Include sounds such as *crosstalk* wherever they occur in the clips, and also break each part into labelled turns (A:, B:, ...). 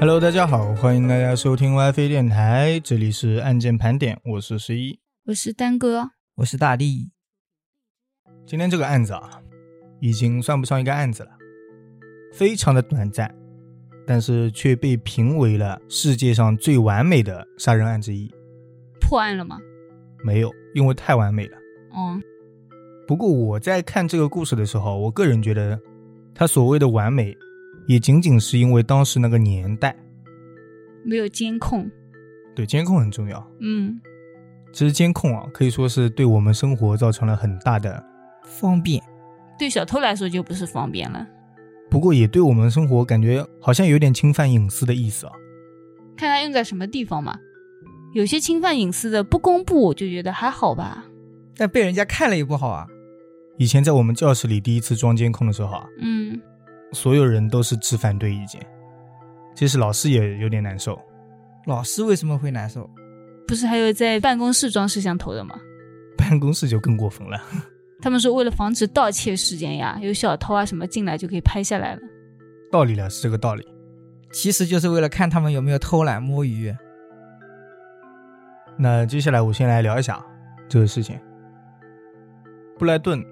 A: Hello，大家好，欢迎大家收听 WiFi 电台，这里是案件盘点，我是十一。
B: 我是丹哥，
C: 我是大力，
A: 今天这个案子啊，已经算不上一个案子了，非常的短暂，但是却被评为了世界上最完美的杀人案之一。
B: 破案了吗？
A: 没有，因为太完美了。
B: 哦，
A: 不过我在看这个故事的时候，我个人觉得，它所谓的完美，也仅仅是因为当时那个年代，
B: 没有监控。
A: 对监控很重要。
B: 嗯，
A: 其实监控啊，可以说是对我们生活造成了很大的
C: 方便。
B: 对小偷来说就不是方便了。
A: 不过也对我们生活感觉好像有点侵犯隐私的意思啊。
B: 看他用在什么地方嘛。有些侵犯隐私的不公布，我就觉得还好吧。
C: 但被人家看了也不好啊。
A: 以前在我们教室里第一次装监控的时候啊，
B: 嗯，
A: 所有人都是持反对意见，其实老师也有点难受。
C: 老师为什么会难受？
B: 不是还有在办公室装摄像头的吗？
A: 办公室就更过分了，
B: 他们说为了防止盗窃事件呀，有小偷啊什么进来就可以拍下来了。
A: 道理呢是这个道理。
C: 其实就是为了看他们有没有偷懒摸鱼。
A: 那接下来我先来聊一下这个事情。布莱顿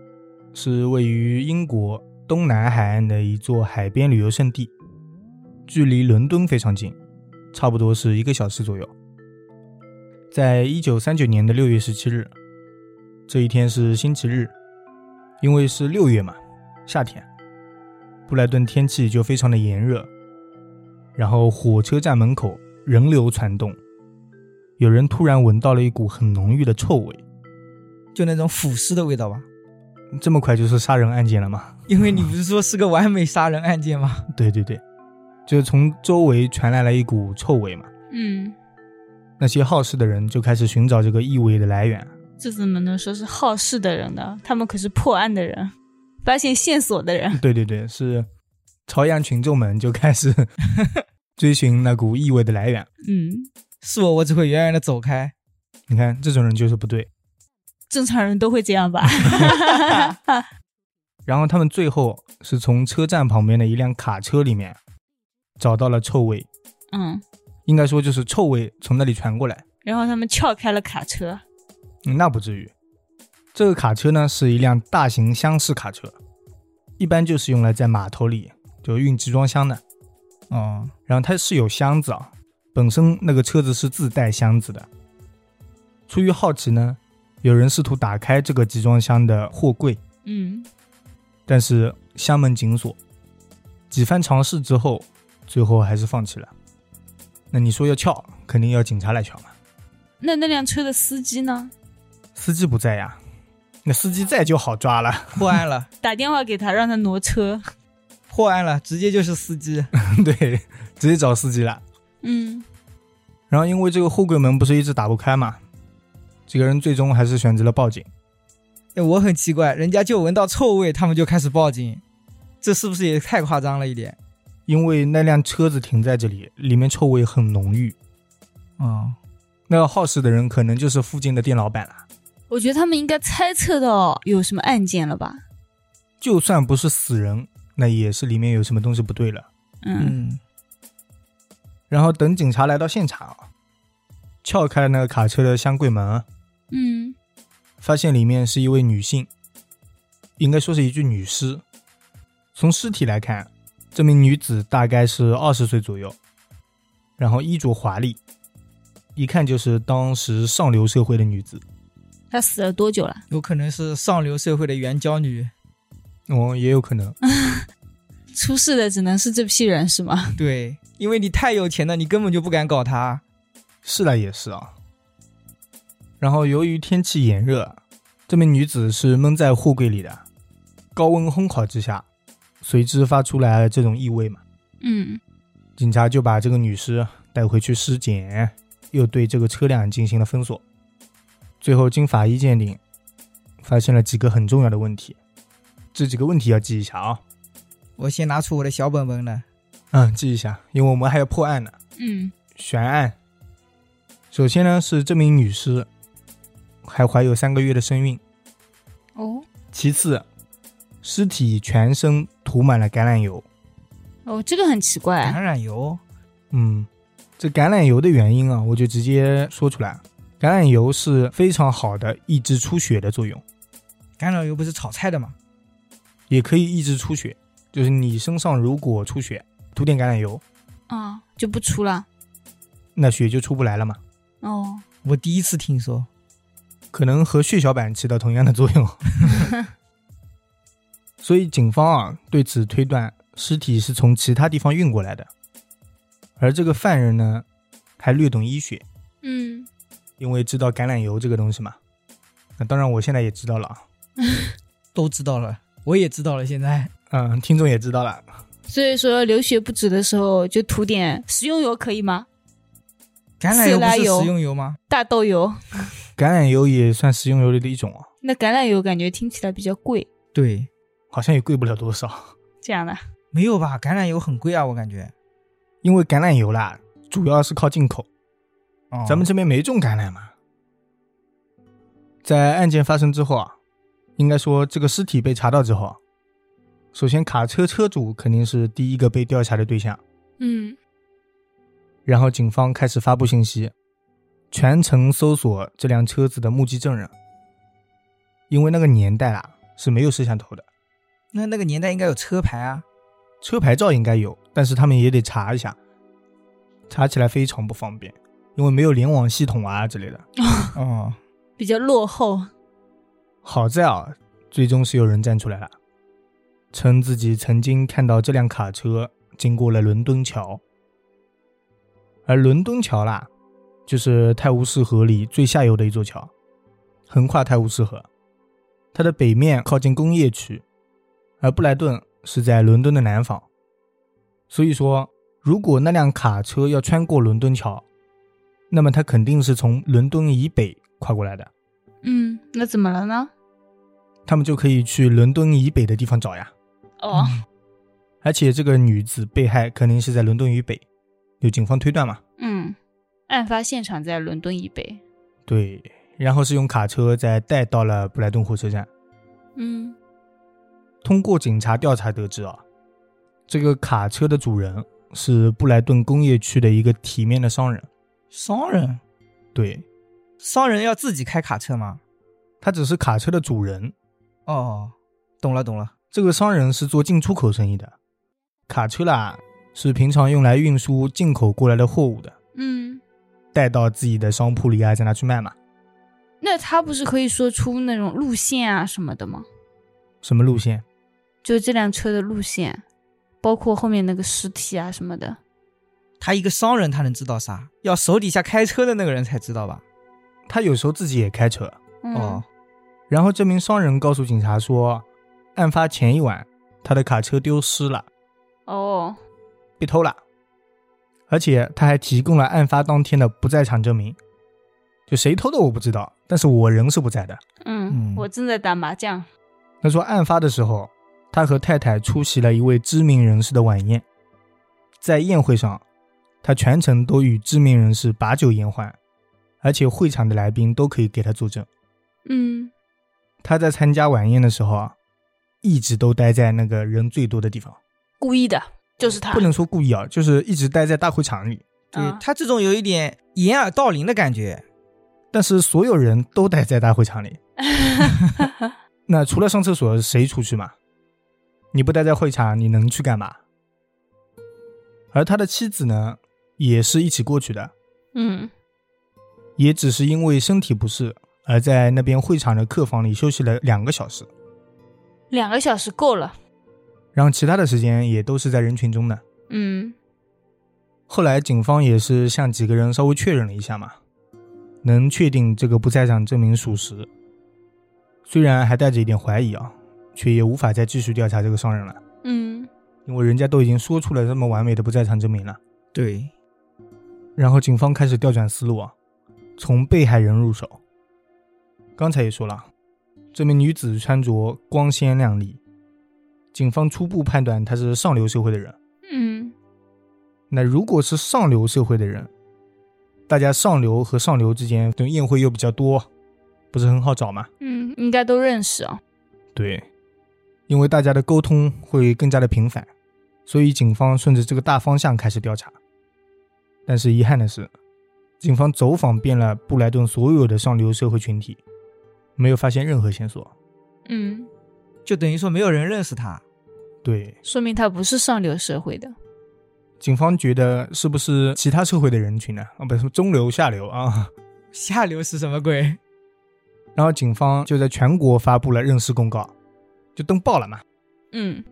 A: 是位于英国东南海岸的一座海边旅游胜地，距离伦敦非常近，差不多是一个小时左右。在一九三九年的六月十七日，这一天是星期日，因为是六月嘛，夏天，布莱顿天气就非常的炎热，然后火车站门口人流攒动。有人突然闻到了一股很浓郁的臭味，
C: 就那种腐尸的味道吧。
A: 这么快就是杀人案件了吗？
C: 因为你不是说是个完美杀人案件吗？ *laughs*
A: 对对对，就是从周围传来了一股臭味嘛。
B: 嗯，
A: 那些好事的人就开始寻找这个异味的来源。
B: 这怎么能说是好事的人呢？他们可是破案的人，发现线索的人。
A: 对对对，是朝阳群众们就开始 *laughs* 追寻那股异味的来源。
B: 嗯，
C: 是我，我只会远远的走开。
A: 你看，这种人就是不对。
B: 正常人都会这样吧？
A: 然后他们最后是从车站旁边的一辆卡车里面找到了臭味，
B: 嗯，
A: 应该说就是臭味从那里传过来。
B: 然后他们撬开了卡车。
A: 嗯那不至于。这个卡车呢是一辆大型厢式卡车，一般就是用来在码头里就运集装箱的。嗯
C: 哦，
A: 然后它是有箱子啊，本身那个车子是自带箱子的。出于好奇呢，有人试图打开这个集装箱的货柜，
B: 嗯，
A: 但是箱门紧锁。几番尝试之后，最后还是放弃了。那你说要撬，肯定要警察来撬嘛。
B: 那那辆车的司机呢？
A: 司机不在呀，那司机在就好抓了。 *laughs*
C: 破案了， *laughs*
B: 打电话给他，让他挪车。
C: 破案了，直接就是司机。
A: 对，直接找司机了。
B: 嗯，
A: 然后因为这个货柜门不是一直打不开嘛，几个人最终还是选择了报警。
C: 哎，我很奇怪，人家就闻到臭味，他们就开始报警，这是不是也太夸张了一点？
A: 因为那辆车子停在这里，里面臭味很浓郁。
C: 哦，
A: 那个好事的人可能就是附近的店老板了。
B: 我觉得他们应该猜测到有什么案件了吧？
A: 就算不是死人，那也是里面有什么东西不对了。
B: 嗯，
C: 嗯，
A: 然后等警察来到现场啊，撬开了那个卡车的箱柜门，
B: 嗯，
A: 发现里面是一位女性，应该说是一具女尸。从尸体来看，这名女子大概是二十岁左右，然后衣着华丽，一看就是当时上流社会的女子。
B: 他死了多久了？
C: 有可能是上流社会的援交女。
A: 哦，也有可能，
B: 出事的只能是这批人是吗？
C: 对，因为你太有钱了，你根本就不敢搞他。
A: 是的，也是啊。然后由于天气炎热，这名女子是闷在货柜里的，高温烘烤之下，随之发出来这种异味嘛。
B: 嗯，
A: 警察就把这个女尸带回去尸检，又对这个车辆进行了封锁。最后经法医鉴定，发现了几个很重要的问题，这几个问题要记一下啊，
C: 我先拿出我的小本本来。
A: 嗯，记一下，因为我们还要破案呢，
B: 嗯，
A: 悬案。首先呢是这名女尸还怀有三个月的身孕，
B: 哦，
A: 其次，尸体全身涂满了橄榄油，
B: 哦，这个很奇怪。
C: 橄榄油，
A: 嗯，这橄榄油的原因啊，我就直接说出来。啊橄榄油是非常好的抑制出血的作用，
C: 橄榄油不是炒菜的嘛？
A: 也可以抑制出血。就是你身上如果出血，涂点橄榄油，
B: 啊，就不出了。
A: 那血就出不来了嘛。
B: 哦，
C: 我第一次听说，
A: 可能和血小板起到同样的作用。所以警方啊对此推断，尸体是从其他地方运过来的，而这个犯人呢还略懂医学，
B: 嗯，
A: 因为知道橄榄油这个东西嘛。那当然，我现在也知道了啊，
C: 都知道了，我也知道了。现在
A: 嗯，听众也知道了。
B: 所以说流血不止的时候就涂点食用油可以吗？
C: 橄榄油
B: 色
C: 不
B: 拉油
C: 是食用油吗？
B: 大豆油，
A: 橄榄油也算食用油里的一种啊，
B: 那橄榄油感觉听起来比较贵，
C: 对，
A: 好像也贵不了多少。
B: 这样的。
C: 没有吧？橄榄油很贵啊，我感觉。
A: 因为橄榄油啦，主要是靠进口，
C: 哦
A: 咱们这边没种橄榄嘛。在案件发生之后啊，应该说这个尸体被查到之后啊，首先卡车车主肯定是第一个被调查的对象，
B: 嗯， *laughs*
A: 然后警方开始发布信息，全程搜索这辆车子的目击证人，因为那个年代啦是没有摄像头的，
C: 那那个年代应该有车牌啊。
A: 车牌照应该有，但是他们也得查一下，查起来非常不方便，因为没有联网系统啊之类的。
C: 哦，
B: 比较落后。
A: 好在啊，最终是有人站出来了，称自己曾经看到这辆卡车经过了伦敦桥，而伦敦桥啦，就是泰晤士河里最下游的一座桥，横跨泰晤士河，它的北面靠近工业区，而布莱顿是在伦敦的南方，所以说，如果那辆卡车要穿过伦敦桥，那么它肯定是从伦敦以北跨过来的。
B: 嗯，那怎么了呢？
A: 他们就可以去伦敦以北的地方找呀。
B: 哦，
A: 而且这个女子被害肯定是在伦敦以北，有警方推断嘛？
B: 嗯，案发现场在伦敦以北。
A: 对，然后是用卡车再带到了布莱顿火车站。
B: 嗯，
A: 通过警察调查得知啊，这个卡车的主人是布莱顿工业区的一个体面的商人。
C: 商人，
A: 对
C: 商人要自己开卡车吗？
A: 他只是卡车的主人，
C: 哦，懂了懂了。
A: 这个商人是做进出口生意的，卡车啦是平常用来运输进口过来的货物的，
B: 嗯，
A: 带到自己的商铺里啊，再拿去卖嘛。
B: 那他不是可以说出那种路线啊什么的吗？
A: 什么路线？
B: 就这辆车的路线，包括后面那个尸体啊什么的。
C: 他一个商人，他能知道啥？要手底下开车的那个人才知道吧？
A: 他有时候自己也开车。
B: 嗯、
C: 哦，，
A: 然后这名商人告诉警察说，案发前一晚他的卡车丢失了，
B: 哦，
A: 被偷了，而且他还提供了案发当天的不在场证明。就谁偷的我不知道，但是我人是不在的。
B: 嗯，
C: 嗯
B: 我正在打麻将。
A: 他说案发的时候，他和太太出席了一位知名人士的晚宴，在宴会上，他全程都与知名人士把酒言欢，而且会场的来宾都可以给他作证。
B: 嗯，
A: 他在参加晚宴的时候啊，一直都待在那个人最多的地方，
B: 故意的，就是他。
A: 不能说故意啊，就是一直待在大会场里。
C: 对
B: 啊
C: 他这种有一点掩耳盗铃的感觉。
A: 但是所有人都待在大会场里，那除了上厕所，谁出去嘛？你不待在会场，你能去干嘛？而他的妻子呢，也是一起过去的，
B: *laughs* 嗯
A: 也只是因为身体不适，而在那边会场的客房里休息了两个小时，，
B: 两个小时够了。
A: 然后其他的时间也都是在人群中的。
B: 嗯
A: 后来警方也是向几个人稍微确认了一下嘛，能确定这个不在场证明属实。虽然还带着一点怀疑啊，却也无法再继续调查这个商人了，
B: 嗯
A: 因为人家都已经说出了这么完美的不在场证明了。
C: 对，
A: 然后警方开始调转思路啊，从被害人入手。刚才也说了，这名女子穿着光鲜亮丽，警方初步判断她是上流社会的人。
B: 嗯
A: 那如果是上流社会的人，大家上流和上流之间的宴会又比较多，不是很好找吗？
B: 嗯，应该都认识啊。
A: 对，因为大家的沟通会更加的频繁，所以警方顺着这个大方向开始调查。但是遗憾的是，警方走访遍了布莱顿所有的上流社会群体，没有发现任何线索。
B: 嗯，
C: 就等于说没有人认识他。
A: 对，
B: 说明他不是上流社会的。
A: 警方觉得是不是其他社会的人群呢？啊，不是中流下流啊。
C: 下流是什么鬼？
A: 然后警方就在全国发布了认尸公告，就登报了嘛。
B: 嗯，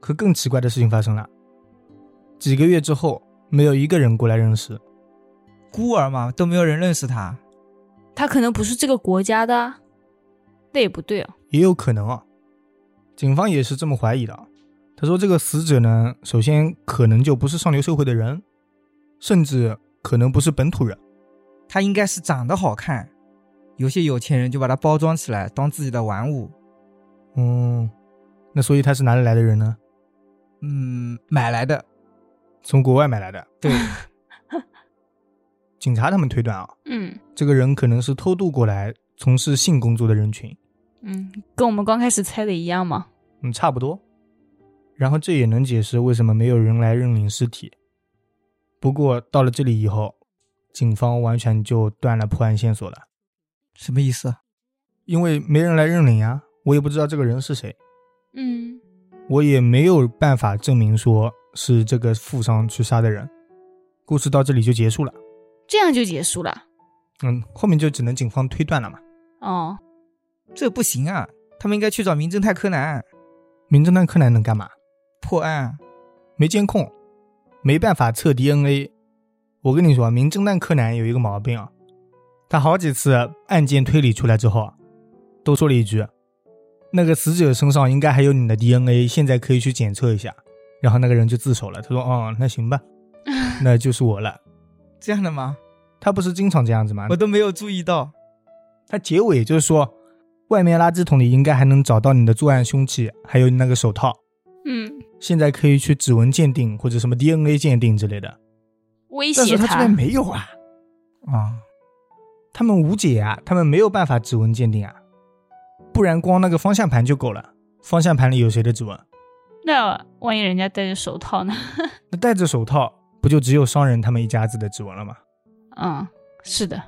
A: 可更奇怪的事情发生了，几个月之后，没有一个人过来认尸。
C: 孤儿嘛，都没有人认识他。
B: 他可能不是这个国家的啊，那也不对哦。
A: 也有可能啊。警方也是这么怀疑的啊。他说这个死者呢，首先可能就不是上流社会的人，甚至可能不是本土人。
C: 他应该是长得好看，有些有钱人就把它包装起来当自己的玩物。
A: 嗯，那所以他是哪里来的人呢？
C: 嗯，买来的。
A: 从国外买来的。
C: 对，
A: 警察他们推断啊，
B: 嗯
A: 这个人可能是偷渡过来从事性工作的人群，
B: 嗯，跟我们刚开始猜的一样嘛。
A: 嗯，差不多。然后这也能解释为什么没有人来认领尸体。不过到了这里以后，警方完全就断了破案线索了。
C: 什么意思？
A: 因为没人来认领呀，我也不知道这个人是谁，
B: 嗯
A: 我也没有办法证明说是这个富商去杀的人。故事到这里就结束了，
B: 这样就结束了。
A: 嗯，后面就只能警方推断了嘛。
B: 哦，
C: 这不行啊！他们应该去找名侦探柯南
A: 名侦探柯南能干嘛？
C: 破案。
A: 没监控，没办法测 DNA。我跟你说啊，名侦探柯南有一个毛病啊，他好几次案件推理出来之后啊，都说了一句：“那个死者身上应该还有你的 DNA，现在可以去检测一下。”然后那个人就自首了，他说：“哦，那行吧，那就是我了。
C: 这样的吗？”
A: 他不是经常这样子吗
C: 我？都没有注意到。
A: 他结尾就是说，外面垃圾桶里应该还能找到你的作案凶器，还有你那个手套，
B: 嗯，
A: 现在可以去指纹鉴定或者什么 DNA 鉴定之类的。
B: 威
A: 但
B: 胁
A: 是他这边没有啊。
C: 啊、
A: 他们无解啊，他们没有办法指纹鉴定啊，不然光那个方向盘就够了。方向盘里有谁的指纹？
B: 那万一人家戴着手套呢？
A: 那戴着手套不就只有商人他们一家子的指纹了吗？
B: 嗯，是的。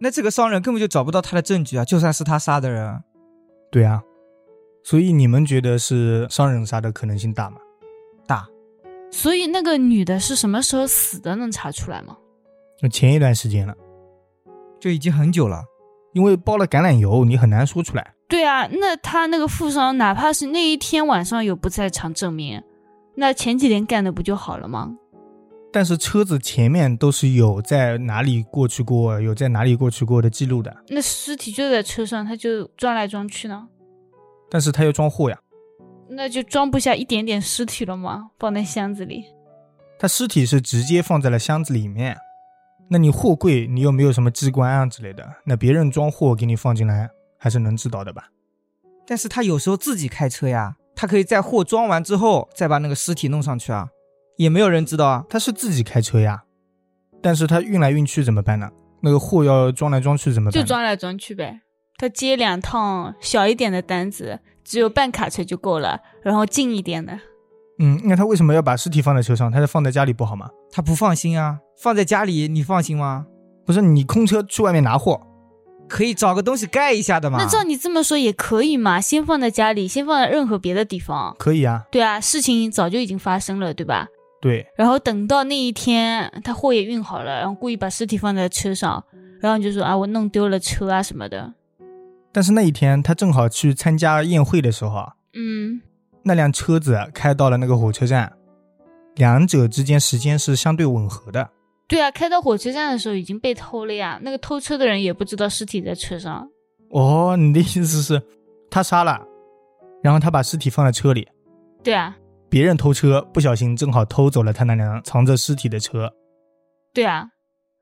C: 那这个商人根本就找不到他的证据啊！就算是他杀的人，
A: 对啊，所以你们觉得是商人杀的可能性大吗？
C: 大
B: 所以那个女的是什么时候死的？能查出来吗？
A: 那前一段时间了，
C: 就已经很久了。
A: 因为包了橄榄油，你很难说出来。
B: 对啊，那他那个富商，哪怕是那一天晚上有不在场证明，那前几天干的不就好了吗？
A: 但是车子前面都是有在哪里过去过，有在哪里过去过的记录的，
B: 那尸体就在车上，他就装来装去呢，
A: 但是他要装货呀，
B: 那就装不下一点点尸体了吗？放在箱子里，
A: 他尸体是直接放在了箱子里面。那你货柜你又没有什么机关啊之类的，那别人装货给你放进来，还是能知道的吧？
C: 但是他有时候自己开车呀，他可以在货装完之后再把那个尸体弄上去啊，也没有人知道啊。
A: 他是自己开车呀，但是他运来运去怎么办呢？那个货要装来装去怎么办
B: 就
A: 呢？
B: 装来装去呗。他接两趟小一点的单子，只有半卡车就够了，然后近一点的，
A: 嗯，那他为什么要把尸体放在车上？他是放在家里不好吗？
C: 他不放心啊，放在家里你放心吗？
A: 不是你空车去外面拿货，
C: 可以找个东西盖一下的嘛。
B: 那照你这么说也可以嘛，先放在家里，先放在任何别的地方。
A: 可以啊，
B: 对啊，事情早就已经发生了，对吧？
A: 对，
B: 然后等到那一天，他货也运好了，然后故意把尸体放在车上，然后你就说啊，我弄丢了车啊什么的。
A: 但是那一天他正好去参加宴会的时候啊，
B: 嗯，
A: 那辆车子开到了那个火车站，两者之间时间是相对吻合的。
B: 对啊，开到火车站的时候已经被偷了呀，那个偷车的人也不知道尸体在车上。
A: 哦，你的意思是，他杀了，然后他把尸体放在车里，
B: 对啊，
A: 别人偷车不小心正好偷走了他那辆藏着尸体的车。
B: 对啊，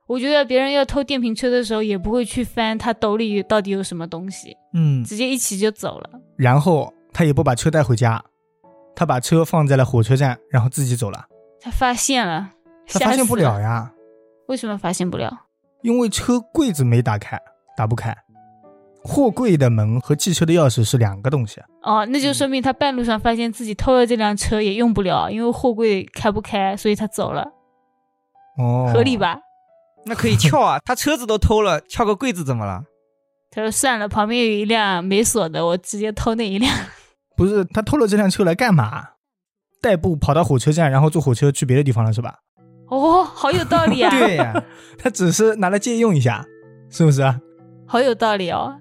B: 我觉得别人要偷电瓶车的时候，也不会去翻他兜里到底有什么东西，
C: 嗯，
B: 直接一起就走了。
A: 然后他也不把车带回家，他把车放在了火车站，然后自己走了。
B: 他发现了，
A: 他发
B: 吓
A: 现
B: 死
A: 不了哎呀，
B: 为什么发现不了？
A: 因为车柜子没打开，打不开。货柜的门和汽车的钥匙是两个东西。
B: 哦，那
A: 嗯
B: 就说明他半路上发现自己偷了这辆车也用不了，因为货柜开不开，所以他走了。
A: 哦，
B: 合理？吧？
C: 那可以撬啊，他车子都偷了，撬个柜子怎么了？
B: 他说算了，旁边有一辆没锁的，我直接偷那一辆。 *laughs*
A: 不是，他偷了这辆车来干嘛？代步跑到火车站，然后坐火车去别的地方了，是吧？
B: 哦，好有道理啊，
C: 对呀、
A: 他只是拿来借用一下，是不是啊？
B: 好有道理哦。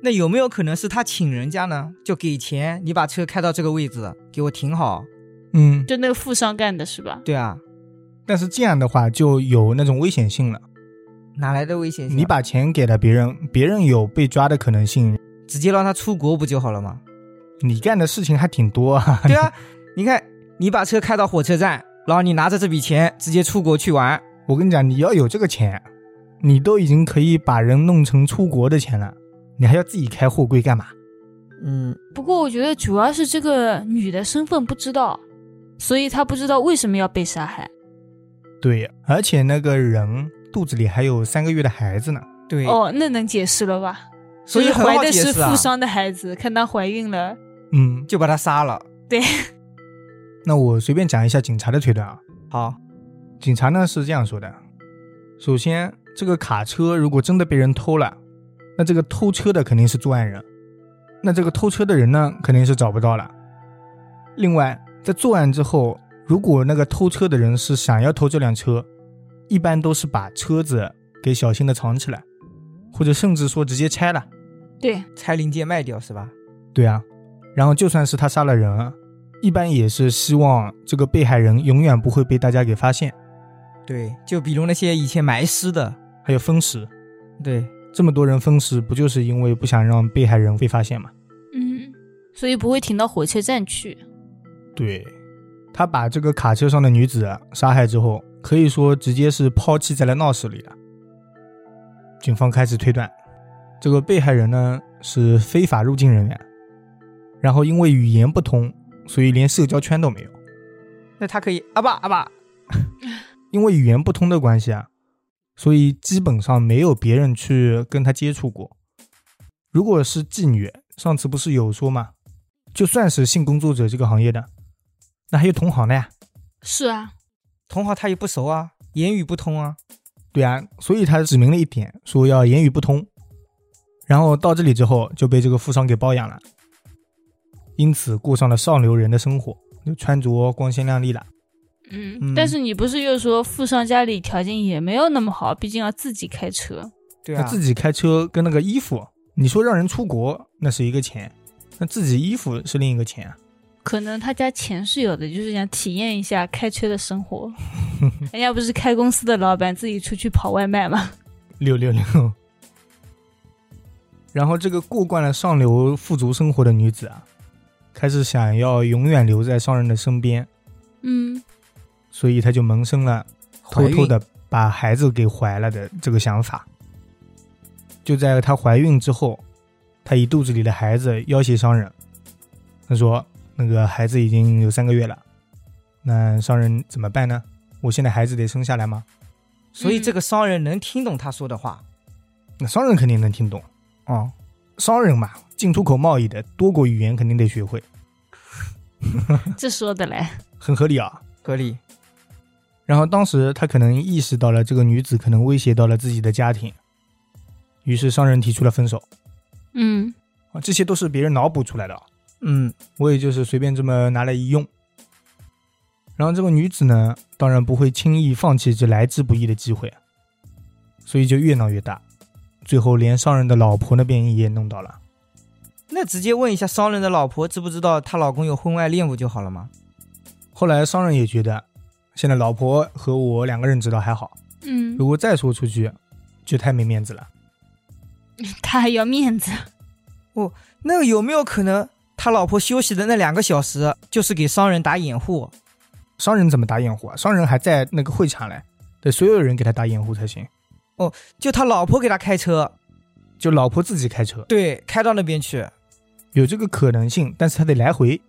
C: 那有没有可能是他请人家呢？就给钱，你把车开到这个位置，给我停好。
A: 嗯，
B: 就那个富商干的是吧？
C: 对啊，
A: 但是这样的话就有那种危险性了。
C: 哪来的危险性啊？
A: 你把钱给了别人，别人有被抓的可能性。
C: 直接让他出国不就好
A: *laughs*
C: 了吗？
A: 你干的事情还挺多啊。 *laughs*
C: 对啊，你看，你把车开到火车站，然后你拿着这笔钱直接出国去玩，
A: 我跟你讲，你要有这个钱，你都已经可以把人弄成出国的钱了，你还要自己开货柜干嘛？
C: 嗯，
B: 不过我觉得主要是这个女的身份不知道，所以她不知道为什么要被杀害。
A: 对，而且那个人肚子里还有三个月的孩子呢。
C: 对，
B: 哦，那能解释了吧？
C: 所以
B: 就是
C: 很
B: 怀
C: 好
B: 的
C: 解
B: 是
C: 释啊
B: 富，商的孩子，看她怀孕了。
A: 嗯，
C: 就把他杀了。
A: 那我随便讲一下警察的推断啊。
C: 好，
A: 警察呢是这样说的：首先，这个卡车如果真的被人偷了，那这个偷车的肯定是作案人，那这个偷车的人呢肯定是找不到了。另外，在作案之后，如果那个偷车的人是想要偷这辆车，一般都是把车子给小心的藏起来，或者甚至说直接拆了。
B: 对，
C: 拆零件卖掉是吧？
A: 对啊，然后就算是他杀了人啊，一般也是希望这个被害人永远不会被大家给发现，
C: 对，就比如那些以前埋尸的，
A: 还有分尸。
C: 对，
A: 这么多人分尸，不就是因为不想让被害人被发现吗？
B: 嗯，所以不会停到火车站去。
A: 对，他把这个卡车上的女子杀害之后，可以说直接是抛弃在了闹市里了。警方开始推断，这个被害人呢是非法入境人员，然后因为语言不通，所以连社交圈都没有。
C: 那他可以啊阿爸阿爸，
A: 因为语言不通的关系啊，所以基本上没有别人去跟他接触过。如果是妓女，上次不是有说吗？就算是性工作者这个行业的，那还有同行的呀。
B: 是啊，
C: 同行他也不熟啊，言语不通啊，
A: 对啊，所以他指明了一点，说要言语不通。然后到这里之后就被这个富商给包养了，因此过上了上流人的生活，就穿着光鲜亮丽了。
B: 嗯，
C: 嗯
B: 但是你不是又说富商家里条件也没有那么好，毕竟要自己开车。
C: 对
A: 他
C: 啊，
A: 自己开车跟那个衣服，你说让人出国那是一个钱，那自己衣服是另一个钱啊。
B: 可能他家钱是有的，就是想体验一下开车的生
C: *laughs*
B: 活。人家不是开公司的老板，自己出去跑外卖吗？
A: 六六 *laughs* 六。然后这个过惯了上流富足生活的女子啊，开始想要永远留在商人的身边，
B: 嗯，
A: 所以她就萌生了
C: 怀
A: 偷嗯
C: 孕
A: 偷的把孩子给怀了的这个想法。就在她怀孕之后，她以肚子里的孩子要挟商人，她说：“那个孩子已经有三个月了，那商人怎么办呢？我现在孩子得生下来吗？
C: 所以
B: 嗯
C: 这个商人能听懂他说的话
A: 那商人肯定能听懂。”
C: 哦，
A: 商人嘛，进出口贸易的多国语言肯定得学会，
B: 嗯这说的嘞。
A: 很合理啊。
C: 合理。
A: 然后当时他可能意识到了这个女子可能威胁到了自己的家庭，于是商人提出了分手
B: 嗯，
A: 啊，这些都是别人脑补出来的啊，
C: 嗯，
A: 我也就是随便这么拿来一用。然后这个女子呢，当然不会轻易放弃这来之不易的机会，啊所以就越闹越大，最后连商人的老婆那边也弄到了。
C: 那直接问一下商人的老婆知不知道她老公有婚外恋不就好了吗？
A: 后来商人也觉得，现在老婆和我两个人知道还好，
B: 嗯
A: 如，果再说出去，就太没面子了。
B: 他还要面子，
C: 那有没有可能他老婆休息的那两个小时就是给商人打掩护？
A: 商人怎么打掩护啊？商人还在那个会场嘞，得所有人给他打掩护才行。
C: 就他老婆给他开车，
A: 就老婆自己开车
C: 对，开到那边去，
A: 有这个可能性，但是他得来回，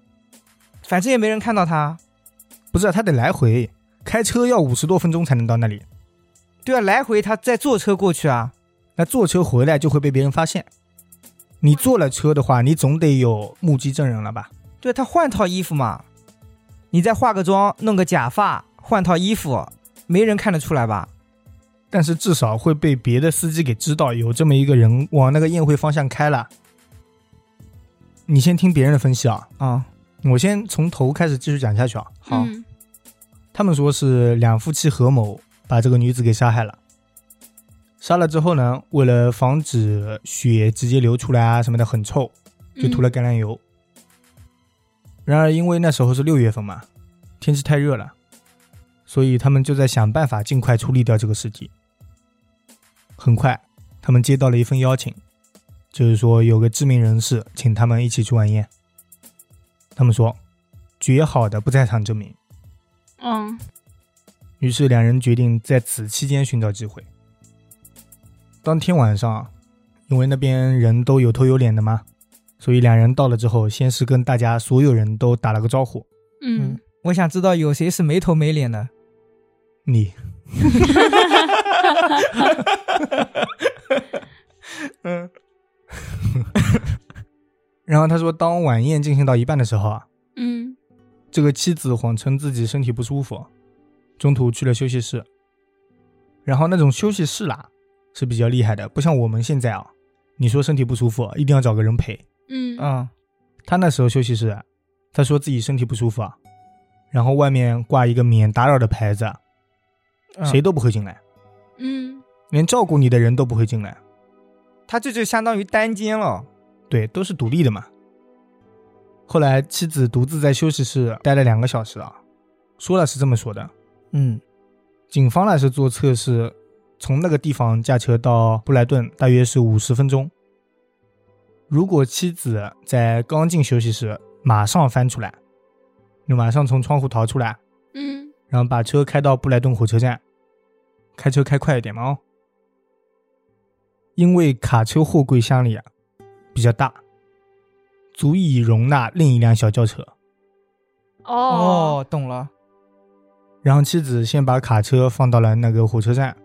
C: 反正也没人看到他。
A: 不是、啊、他得来回开车要五十多分钟才能到那里，
C: 对啊，来回他再坐车过去啊。
A: 那坐车回来就会被别人发现。你坐了车的话，你总得有目击证人了吧？
C: 对啊，他换套衣服嘛，你再化个妆，弄个假发，换套衣服，没人看得出来吧？
A: 但是至少会被别的司机给知道有这么一个人往那个宴会方向开了。你先听别人的分析啊，
C: 啊，
A: 我先从头开始继续讲下去 *laughs* 啊。
C: 好，
B: 嗯
A: 他们说是两夫妻合谋把这个女子给杀害了。杀了之后呢，为了防止血直接流出来啊什么的很臭，就涂了橄榄油。然而因为那时候是六月份嘛，天气太热了，所以他们就在想办法尽快处理掉这个尸体。很快，他们接到了一份邀请，就是说有个知名人士请他们一起去晚宴。他们说，绝好的不在场证明。
B: 嗯
A: 于是两人决定在此期间寻找机会。当天晚上啊，因为那边人都有头有脸的嘛，所以两人到了之后，先是跟大家所有人都打了个招呼。
B: 嗯，
C: 我想知道有谁是没头没脸的。
A: 你， *laughs*
C: 嗯，
A: 然后他说，当晚宴进行到一半的时候啊，
B: 嗯
A: 这个妻子谎称自己身体不舒服，中途去了休息室。然后那种休息室啦是比较厉害的，不像我们现在啊，你说身体不舒服一定要找个人陪。
B: 嗯嗯
C: 啊，
A: 他那时候休息室，他说自己身体不舒服啊，然后外面挂一个免打扰的牌子，啊
C: 嗯
A: 谁？都不会进来，
B: 嗯
A: 连照顾你的人都不会进来。
C: 他这就相当于单间了。
A: 对，都是独立的嘛。后来妻子独自在休息室待了两个小时啊，说了是这么说的，
C: 嗯
A: 警方呢是做测试，从那个地方驾车到布莱顿大约是五十分钟。如果妻子在刚进休息室马上翻出来，就马上从窗户逃出来，
B: 嗯
A: 然后把车开到布莱顿火车站，开车开快一点嘛哦。因为卡车货柜箱里啊比较大，足以容纳另一辆小轿车。
B: 哦，
C: 懂了。
A: 然后妻子先把卡车放到了那个火车站，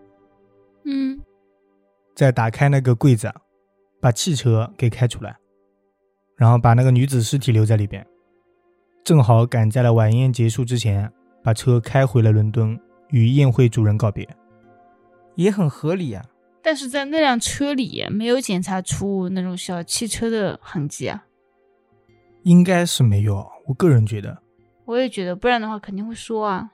B: 嗯
A: 再打开那个柜子，啊把汽车给开出来，然后把那个女子尸体留在里边，正好赶在了晚宴结束之前，把车开回了伦敦，与宴会主人告别。
C: 也很合理啊。
B: 但是在那辆车里没有检查出那种小汽车的痕迹啊，
A: 应该是没有，啊我个人觉得。
B: 我也觉得，不然的话肯定会说啊。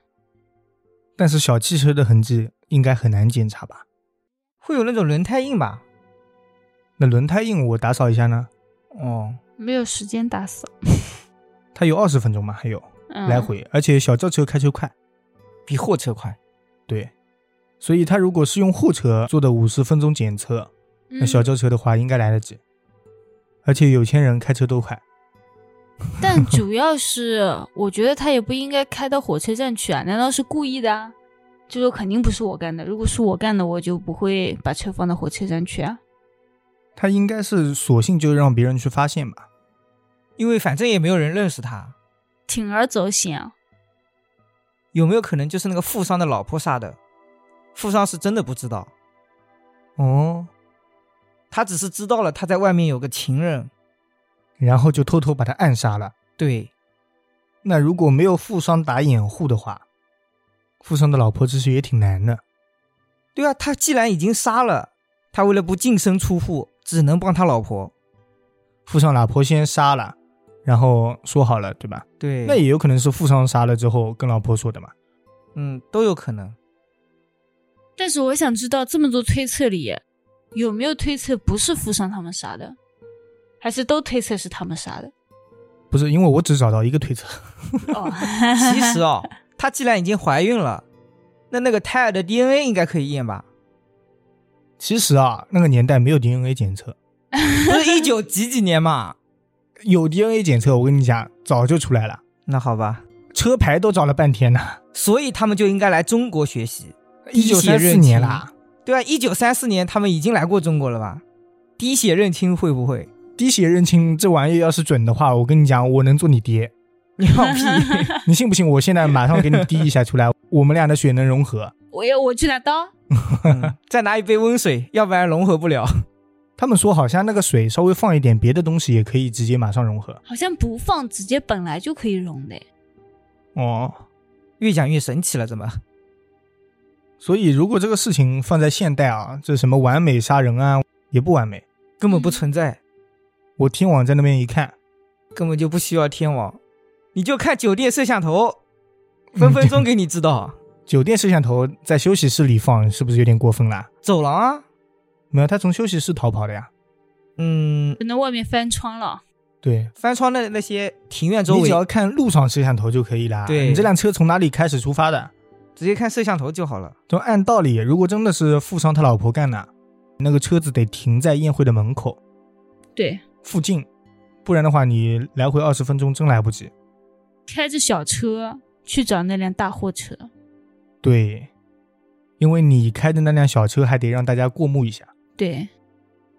A: 但是小汽车的痕迹应该很难检查吧？
C: 会有那种轮胎印吧？
A: 那轮胎印我打扫一下呢，
C: 哦，
B: 没有时间打扫，
A: 它有二十分钟嘛，还有
B: 嗯、
A: 来回，而且小轿车开车快，
C: 比货车快。
A: 对，所以它如果是用货车做的五十分钟检测，那
B: 嗯
A: 小轿车 *laughs* 的话应该来得及。而且有钱人开车都快，
B: 但主要是，我觉得他也不应该开到火车站去啊，难道是故意的、啊？就说肯定不是我干的，如果是我干的，我就不会把车放到火车站去啊。
A: 他应该是索性就让别人去发现吧。
C: 因为反正也没有人认识他。
B: 铤而走险啊，
C: 有没有可能就是那个富商的老婆杀的？富商是真的不知道，
A: 哦，
C: 他只是知道了他在外面有个情人。
A: 然后就偷偷把他暗杀了。
C: 对，
A: 那如果没有富商打掩护的话，富商的老婆其实也挺难的。
C: 对啊，他既然已经杀了，他为了不净身出户，只能帮他老婆。
A: 富商老婆先杀了，然后说好了，对吧？
C: 对，
A: 那也有可能是富商杀了之后跟老婆说的嘛。
C: 嗯都有可能。
B: 但是我想知道，这么多推测里，有没有推测不是富商他们杀的，还是都推测是他们杀的？
A: 不是，因为我只找到一个推测，
B: 哦，
C: 其实哦，她既然已经怀孕了，那那个胎儿的 DNA 应该可以验吧？
A: 其实啊，那个年代没有 DNA 检测，
C: *laughs* 不是一九几几年嘛？
A: 有 DNA 检测，我跟你讲，早就出来了，
C: 那好吧，
A: 车牌都找了半天呢，
C: 所以他们就应该来中国学习。滴
A: 一九
C: 血
A: 三四
C: 认
A: 年
C: 亲
A: 啦，
C: 对啊，一九三四年他们已经来过中国了吧？滴血认亲会不会？
A: 滴血认亲这玩意要是准的话，我跟你讲，我能做你爹，
C: 尿屁！
A: 你信不信？我现在马上给你滴一下出来，我们俩的血能融合。
B: *laughs* 我要我去拿刀。
C: *laughs* 嗯再拿一杯温水，要不然融合不了。
A: 他们说好像那个水稍微放一点别的东西也可以直接马上融合。
B: 好像不放，直接本来就可以融的。
A: 哦，
C: 越讲越神奇了，怎么？
A: 所以如果这个事情放在现代啊，这什么完美杀人案也不完美。
C: 根本不存在，
A: 我天网在那边一看，
C: 根本就不需要天网，你就看酒店摄像头，分分钟给你知道。
A: 酒店摄像头在休息室里放，是不是有点过分啦？
C: 走廊啊，
A: 没有，他从休息室逃跑的呀。
C: 嗯，
B: 可能外面翻窗了，
A: 对，
C: 翻窗的那些庭院周
A: 你
C: 围
A: 只，要看路上摄像头就可以啦。
C: 对
A: 你这辆车从哪里开始出发的？
C: 直接看摄像头就好了。
A: 就按道理，如果真的是富商他老婆干的，那个车子得停在宴会的门口
B: 对，
A: 附近，不然的话你来回二十分钟真来不及。
B: 开着小车去找那辆大货车，
A: 对，因为你开的那辆小车还得让大家过目一下。
B: 对。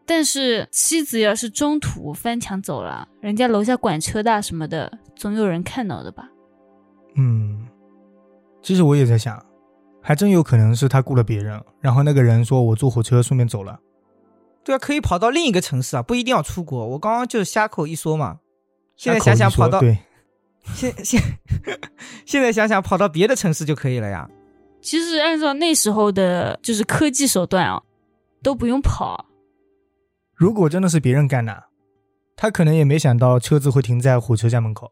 B: 但是妻子要是中途翻墙走了，人家楼下管车的啊什么的，总有人看到的吧？
A: 嗯，其实我也在想，还真有可能是他雇了别人，然后那个人说我坐火车顺便走了。
C: 对啊，可以跑到另一个城市啊，不一定要出国。我刚刚就是瞎口一说嘛。现
A: 他
C: 在
A: 口
C: 想
A: 里
C: 想
A: 说
C: 跑到
A: 对，
C: 现现现在想想跑到别的城市就可以了呀。
B: 其实按照那时候的，就是科技手段啊，都不用跑，
A: 如果真的是别人干的，他可能也没想到车子会停在火车站门口。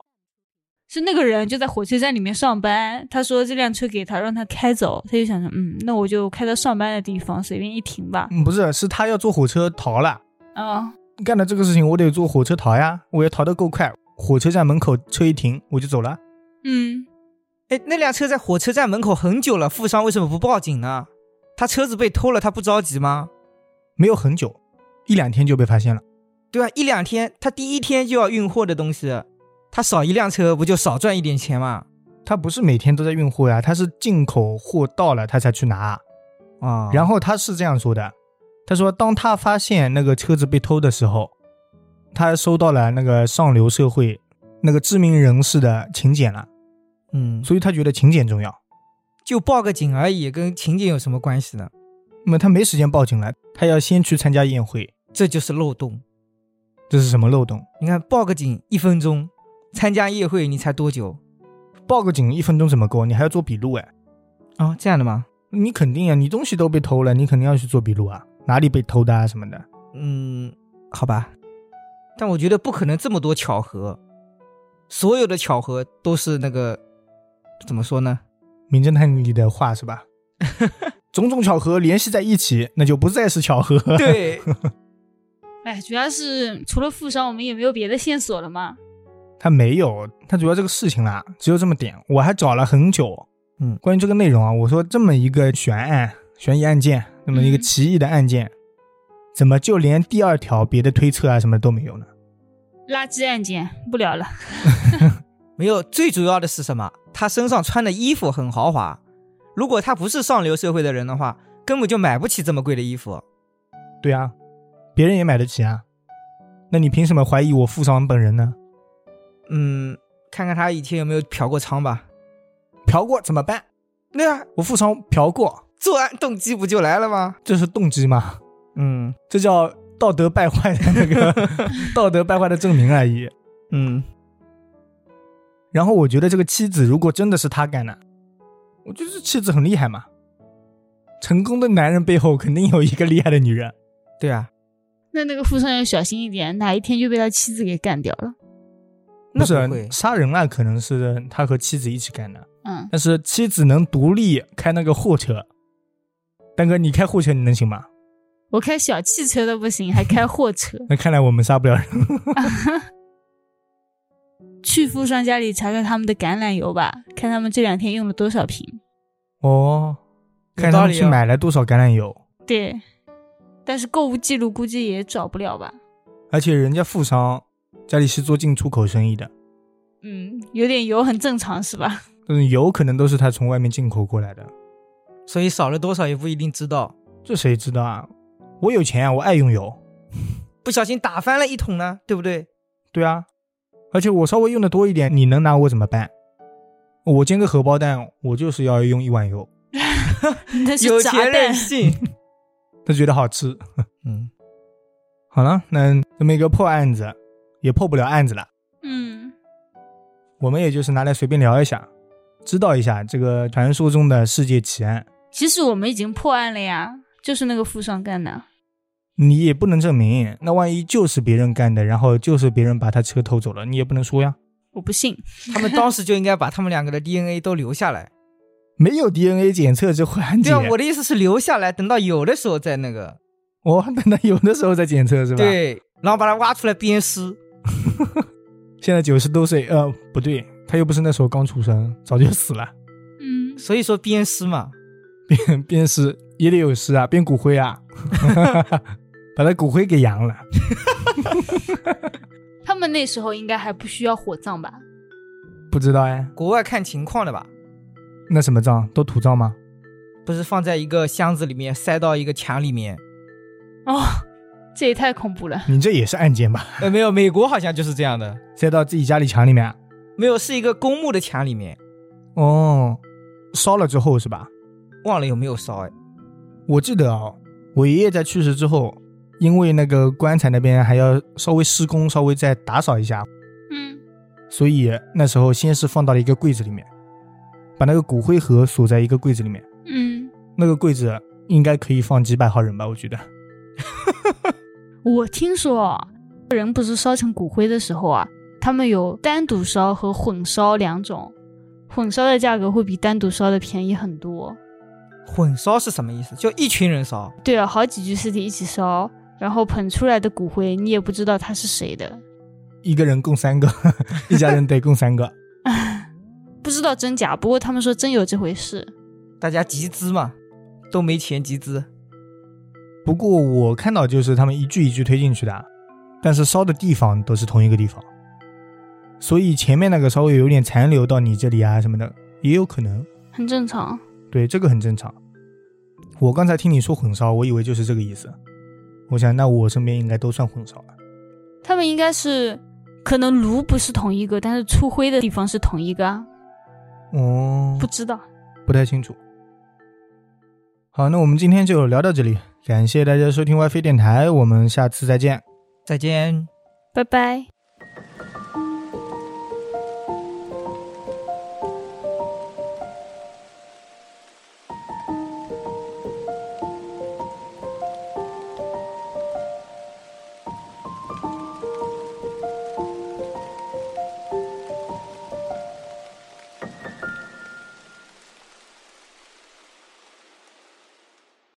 B: 是那个人就在火车站里面上班，他说这辆车给他，让他开走，他就想着，嗯，那我就开到上班的地方，随便一停吧。
A: 嗯，不是，是他要坐火车逃了，
B: 啊、
A: 干了这个事情，我得坐火车逃呀，我要逃得够快，火车站门口车一停我就走了。
B: 嗯，
C: 哎，那辆车在火车站门口很久了，富商为什么不报警呢？他车子被偷了，他不着急吗？
A: 没有很久，一两天就被发现了。
C: 对啊，一两天，他第一天就要运货的东西，他少一辆车不就少赚一点钱吗？
A: 他不是每天都在运货呀，他是进口货到了他才去拿。
C: 啊、
A: 然后他是这样说的，他说当他发现那个车子被偷的时候，他收到了那个上流社会那个知名人士的请柬了，
C: 嗯，
A: 所以他觉得请柬重要。
C: 就报个警而已，跟情景有什么关系呢？
A: 那么他没时间报警了，他要先去参加宴会，
C: 这就是漏洞。
A: 这是什么漏洞？
C: 你看，报个警一分钟，参加宴会你才多久
A: 报个警一分钟怎么够？你还要做笔录哎，
C: 啊、这样的吗？
A: 你肯定呀，啊你东西都被偷了，你肯定要去做笔录啊，哪里被偷的啊什么的。
C: 嗯，好吧，但我觉得不可能这么多巧合，所有的巧合都是那个怎么说呢？ *laughs*
A: 名侦探里的话是吧？种种巧合联系在一起，那就不再是巧合。，
C: 对，
B: 哎，主要是除了富商，我们也没有别的线索了嘛。
A: 他没有，他主要这个事情啦，只有这么点。我还找了很久，
C: 嗯
A: 关于这个内容啊，我说这么一个悬案、悬疑案件，那么一个
B: 嗯
A: 奇异的案件，怎么就连第二条别的推测啊什么都没有呢？
B: 垃圾案件不聊了，
C: 没有，最主要的是什么？他身上穿的衣服很豪华，如果他不是上流社会的人的话，根本就买不起这么贵的衣服。
A: 对啊，别人也买得起啊，那你凭什么怀疑我富商本人呢？
C: 嗯，看看他以前有没有嫖过娼吧。
A: 嫖过怎么办？
C: 对啊，
A: 我富商嫖过，
C: 作案动机不就来了吗？
A: 这是动机吗？
C: 嗯
A: 这叫道德败坏的那个 *laughs* 道德败坏的证明而啊已。
C: 嗯，
A: 然后我觉得这个妻子如果真的是他干的，我觉得这妻子很厉害嘛。成功的男人背后肯定有一个厉害的女人，
C: 对啊，
B: 那那个富商要小心一点，哪一天就被他妻子给干掉了。
C: 那
A: 是
C: 不会啊
A: 杀人案可能是他和妻子一起干的，
B: 嗯，
A: 但是妻子能独立开那个货车。丹哥，你开货车你能行吗？
B: 我开小汽车都不行，还开货车。
A: 那看来我们杀不了人。
B: 去富商家里查查他们的橄榄油吧，看他们这两天用了多少瓶。
A: 哦，
C: 有
A: *laughs* 看他
C: 道
A: 们
C: 理
A: 去
C: 啊
A: 买了多少橄榄油，
B: 对，但是购物记录估计也找不了吧。
A: 而且人家富商家里是做进出口生意的，
B: 嗯，有点油很正常是吧？ *laughs*
A: 嗯，有可能都是他从外面进口过来的，
C: 所以少了多少也不一定知道，
A: 这谁知道啊？我有钱啊，我爱用油，
C: 不小心打翻了一桶呢，对不对？
A: 对啊，而且我稍微用的多一点，你能拿我怎么办？我煎个荷包蛋，我就是要用一碗油，
B: 那
C: *laughs* 有
B: 是炸
C: 钱
B: 弹
C: 任。性。
A: 他觉得好吃。
C: *laughs* 嗯，
A: 好了，那这么一个破案子，也破不了案子了，
B: 嗯，
A: 我们也就是拿来随便聊一下，知道一下这个传说中的世界奇案
B: 即使我们已经破案了呀，就是那个富商干的。
A: 你也不能证明。那万一就是别人干的，然后就是别人把他车偷走了，你也不能说呀。
B: 我不信，
C: 他们当时就应该把他们两个的 DNA 都留下来。
A: 没有 DNA 检测这环节，
C: 对啊，我的意思是留下来，等到有的时候再那个。
A: 我等到有的时候再检测是吧？，
C: 对，然后把它挖出来鞭尸。
A: 现在九十多岁，呃，不对，他又不是那时候刚出生，早就死了。
B: 嗯，
C: 所以说鞭尸嘛，
A: 变变尸也得有尸啊，变骨灰啊， *laughs* 把他骨灰给扬了。
B: 他们那时候应该还不需要火葬吧？
A: 不知道哎，
C: 国外看情况的吧，
A: 那什么葬都土葬吗？
C: 不是放在一个箱子里面，塞到一个墙里 *laughs* 面。
B: 哦，这也太恐怖了。
A: 你这也是案件吧？
C: 呃，没有，美国好像就是这样的，
A: 塞到自己家里墙里面啊。
C: 没有，是一个公墓的墙里面，
A: 哦，烧了之后是吧？
C: 忘了有没有烧哎。
A: 我记得哦，我爷爷在去世之后，因为那个棺材那边还要稍微施工，稍微再打扫一下，
B: 嗯，
A: 所以那时候先是放到了一个柜子里面，把那个骨灰盒锁在一个柜子里面。
B: 嗯，
A: 那个柜子应该可以放几百号人吧？我觉得。
B: 我听说啊人不是烧成骨灰的时候啊，他们有单独烧和混烧两种，混烧的价格会比单独烧的便宜很多。
C: 混烧是什么意思？就一群人烧，
B: 对啊，好几具尸体一起烧，然后捧出来的骨灰你也不知道它是谁的，
A: 一个人供三个， *laughs* 一家人得供三个。
B: 不知道真假。不过他们说真有这回事。
C: 大家集资嘛，都没钱集资。
A: 不过我看到就是他们一句一句推进去的，但是烧的地方都是同一个地方，所以前面那个稍微有点残留到你这里啊什么的，也有可能。
B: 很正常，
A: 对，这个很正常。我刚才听你说混烧，我以为就是这个意思。我想，那我身边应该都算混烧了。
B: 他们应该是可能炉不是同一个，但是出灰的地方是同一个啊，
A: 哦
B: 不知道。
A: 不太清楚。好，那我们今天就聊到这里，感谢大家收听 WiFi 电台，我们下次再见。
C: 再见。
B: 拜拜。